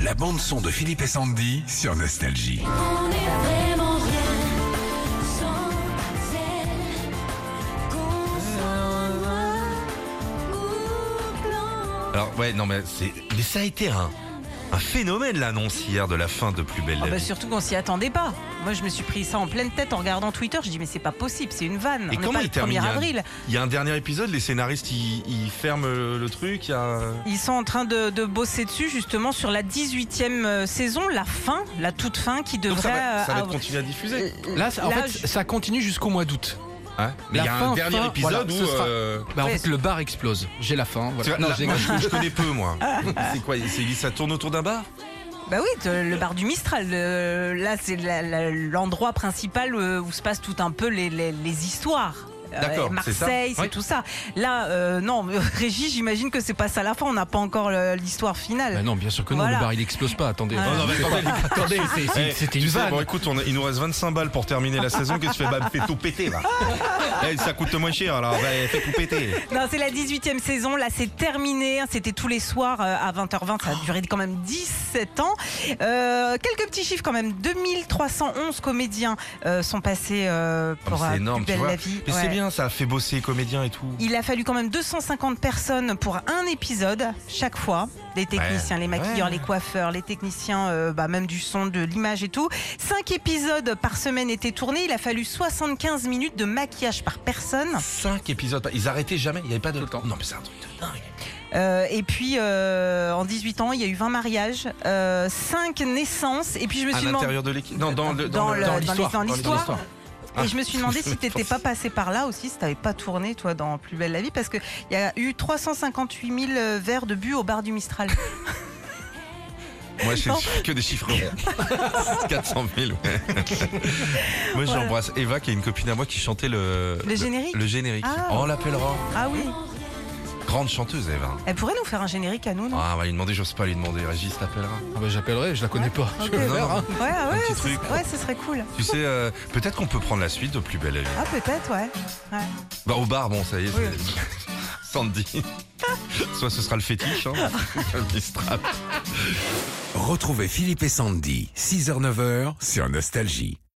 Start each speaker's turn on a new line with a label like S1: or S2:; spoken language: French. S1: La bande son de Philippe et Sandy sur Nostalgie.
S2: On est vraiment rien sans elle qu'on s'envoie au plan.
S3: Alors ouais, non mais c'est, mais ça a été un, un phénomène l'annonce hier de la fin de Plus belle
S4: Ah
S3: la
S4: bah
S3: vie.
S4: surtout qu'on s'y attendait pas. Moi, je me suis pris ça en pleine tête en regardant Twitter. Je dis mais c'est pas possible, c'est une
S3: Et
S4: vanne. On n'est
S3: comment
S4: pas
S3: il
S4: le
S3: termine il
S4: 1er
S3: y a un-
S4: avril.
S3: Il y a un dernier épisode, les scénaristes ils, ils ferment euh, le truc. il y a-
S4: Ils sont en train de, de bosser dessus justement sur la 18e euh, saison, la fin, la toute fin qui
S3: Donc ça va, ça
S4: devrait
S3: va
S4: euh,
S3: être
S4: avoir-
S3: continué à diffuser.
S5: Là, ça- en
S4: Là,
S5: fait,
S4: je-
S5: ça continue jusqu'au mois d'août.
S3: Hein mais
S5: La
S3: il y a un
S5: fin,
S3: dernier
S5: fin,
S3: épisode
S5: voilà,
S3: où
S5: ce sera-
S3: euh,
S5: Bah, en
S4: Ouais,
S5: fait, le bar explose. J'ai la faim.
S3: tu
S5: Voilà.
S3: vois,
S5: Non,
S3: là,
S5: je
S3: moi,
S5: rigole.
S3: je, je connais peu moi. c'est quoi c'est- Ça tourne autour d'un bar
S4: Bah oui, te- le bar du Mistral. le- là, c'est la- la- l'endroit principal euh, où se passent tout un peu les, les- les histoires. Euh,
S3: D'accord, c'est ça
S4: Marseille, c'est
S3: Oui.
S4: tout ça. Là, euh, non, Régis, j'imagine que c'est pas ça la fin. On n'a pas encore le- l'histoire finale.
S5: Bah non, bien sûr que non,
S4: Voilà.
S5: le bar il explose pas. Attendez.
S4: Ah. Non, non,
S5: attendez, c'est- Ah, c'est-
S3: Eh,
S5: c'était
S3: tu
S5: une
S3: sais,
S5: vanne.
S3: Bon, écoute, on a- il nous reste 25 balles pour terminer la saison. Qu'est-ce que tu fais Bah, fais tout péter, là. Eh, ça coûte moins cher, alors bah, fais tout péter.
S4: Non, c'est la 18e saison. Là, c'est terminé. C'était tous les soirs euh, à 20h20. Ça a duré quand même 17 ans. Euh, quelques petits chiffres quand même. 2311 comédiens euh, sont passés euh,
S3: Ah,
S4: pour
S3: mais
S4: euh,
S3: C'est énorme,
S4: Plus
S3: tu
S4: belle
S3: vois.
S4: la vie.
S3: Mais
S4: Ouais.
S3: c'est bien, ça a fait bosser les comédiens et tout.
S4: Il a fallu quand même 250 personnes pour un épisode chaque fois. Les techniciens, les maquilleurs,
S3: Ouais.
S4: les coiffeurs, les techniciens, euh, bah, même du son, de l'image et tout. Cinq épisodes par semaine étaient tournés. Il a fallu 75 minutes de maquillage par personne.
S3: 5 épisodes. Ils arrêtaient jamais, il n'y avait pas de temps. Non, mais c'est un truc de dingue.
S4: Euh, et puis, euh, en 18 ans, il y a eu 20 mariages, euh, 5 naissances. Et puis, je me
S3: À
S4: suis demandé.
S3: l'intérieur de l'équipe. Non, dans le.
S4: Dans
S3: le-
S4: le-
S3: dans
S4: dans
S3: l'histoire.
S4: l'histoire.
S3: l'histoire.
S4: Et je me suis demandé si t'étais pas passé par là aussi, si t'avais pas tourné, toi, dans Plus Belle la Vie, parce qu'il y a eu 358 000 euh, verres de bu au bar du Mistral.
S3: Moi, je
S4: Non.
S3: fais que des chiffres ronds. 400 000. ouais. Moi,
S4: Voilà.
S3: j'embrasse Eva, qui est une copine à moi qui chantait le.
S4: Le générique
S3: Le générique.
S4: Ah.
S3: On l'appellera.
S4: Ah oui,
S3: Grande chanteuse, Eva.
S4: elle pourrait nous faire un générique à nous, non
S3: Ah, on va lui demander, j'ose pas lui demander. Régis l'appellera.
S5: Ah bah, J'appellerai, je la connais pas. Je vais
S3: Non,
S5: faire,
S3: non.
S5: hein.
S4: Ouais, ah ouais,
S3: petit
S4: ce-
S3: truc.
S4: ouais, ce serait cool.
S3: Tu sais, euh, peut-être qu'on peut prendre la suite de Plus Belle la Vie.
S4: Ah, peut-être, ouais. Ouais.
S3: Bah, au bar, bon, ça y est.
S4: Oui.
S3: c'est- Sandy. Soit ce sera le fétiche, hein. le Mistral.
S1: Retrouvez Philippe et Sandy, 6h-9h sur Nostalgie.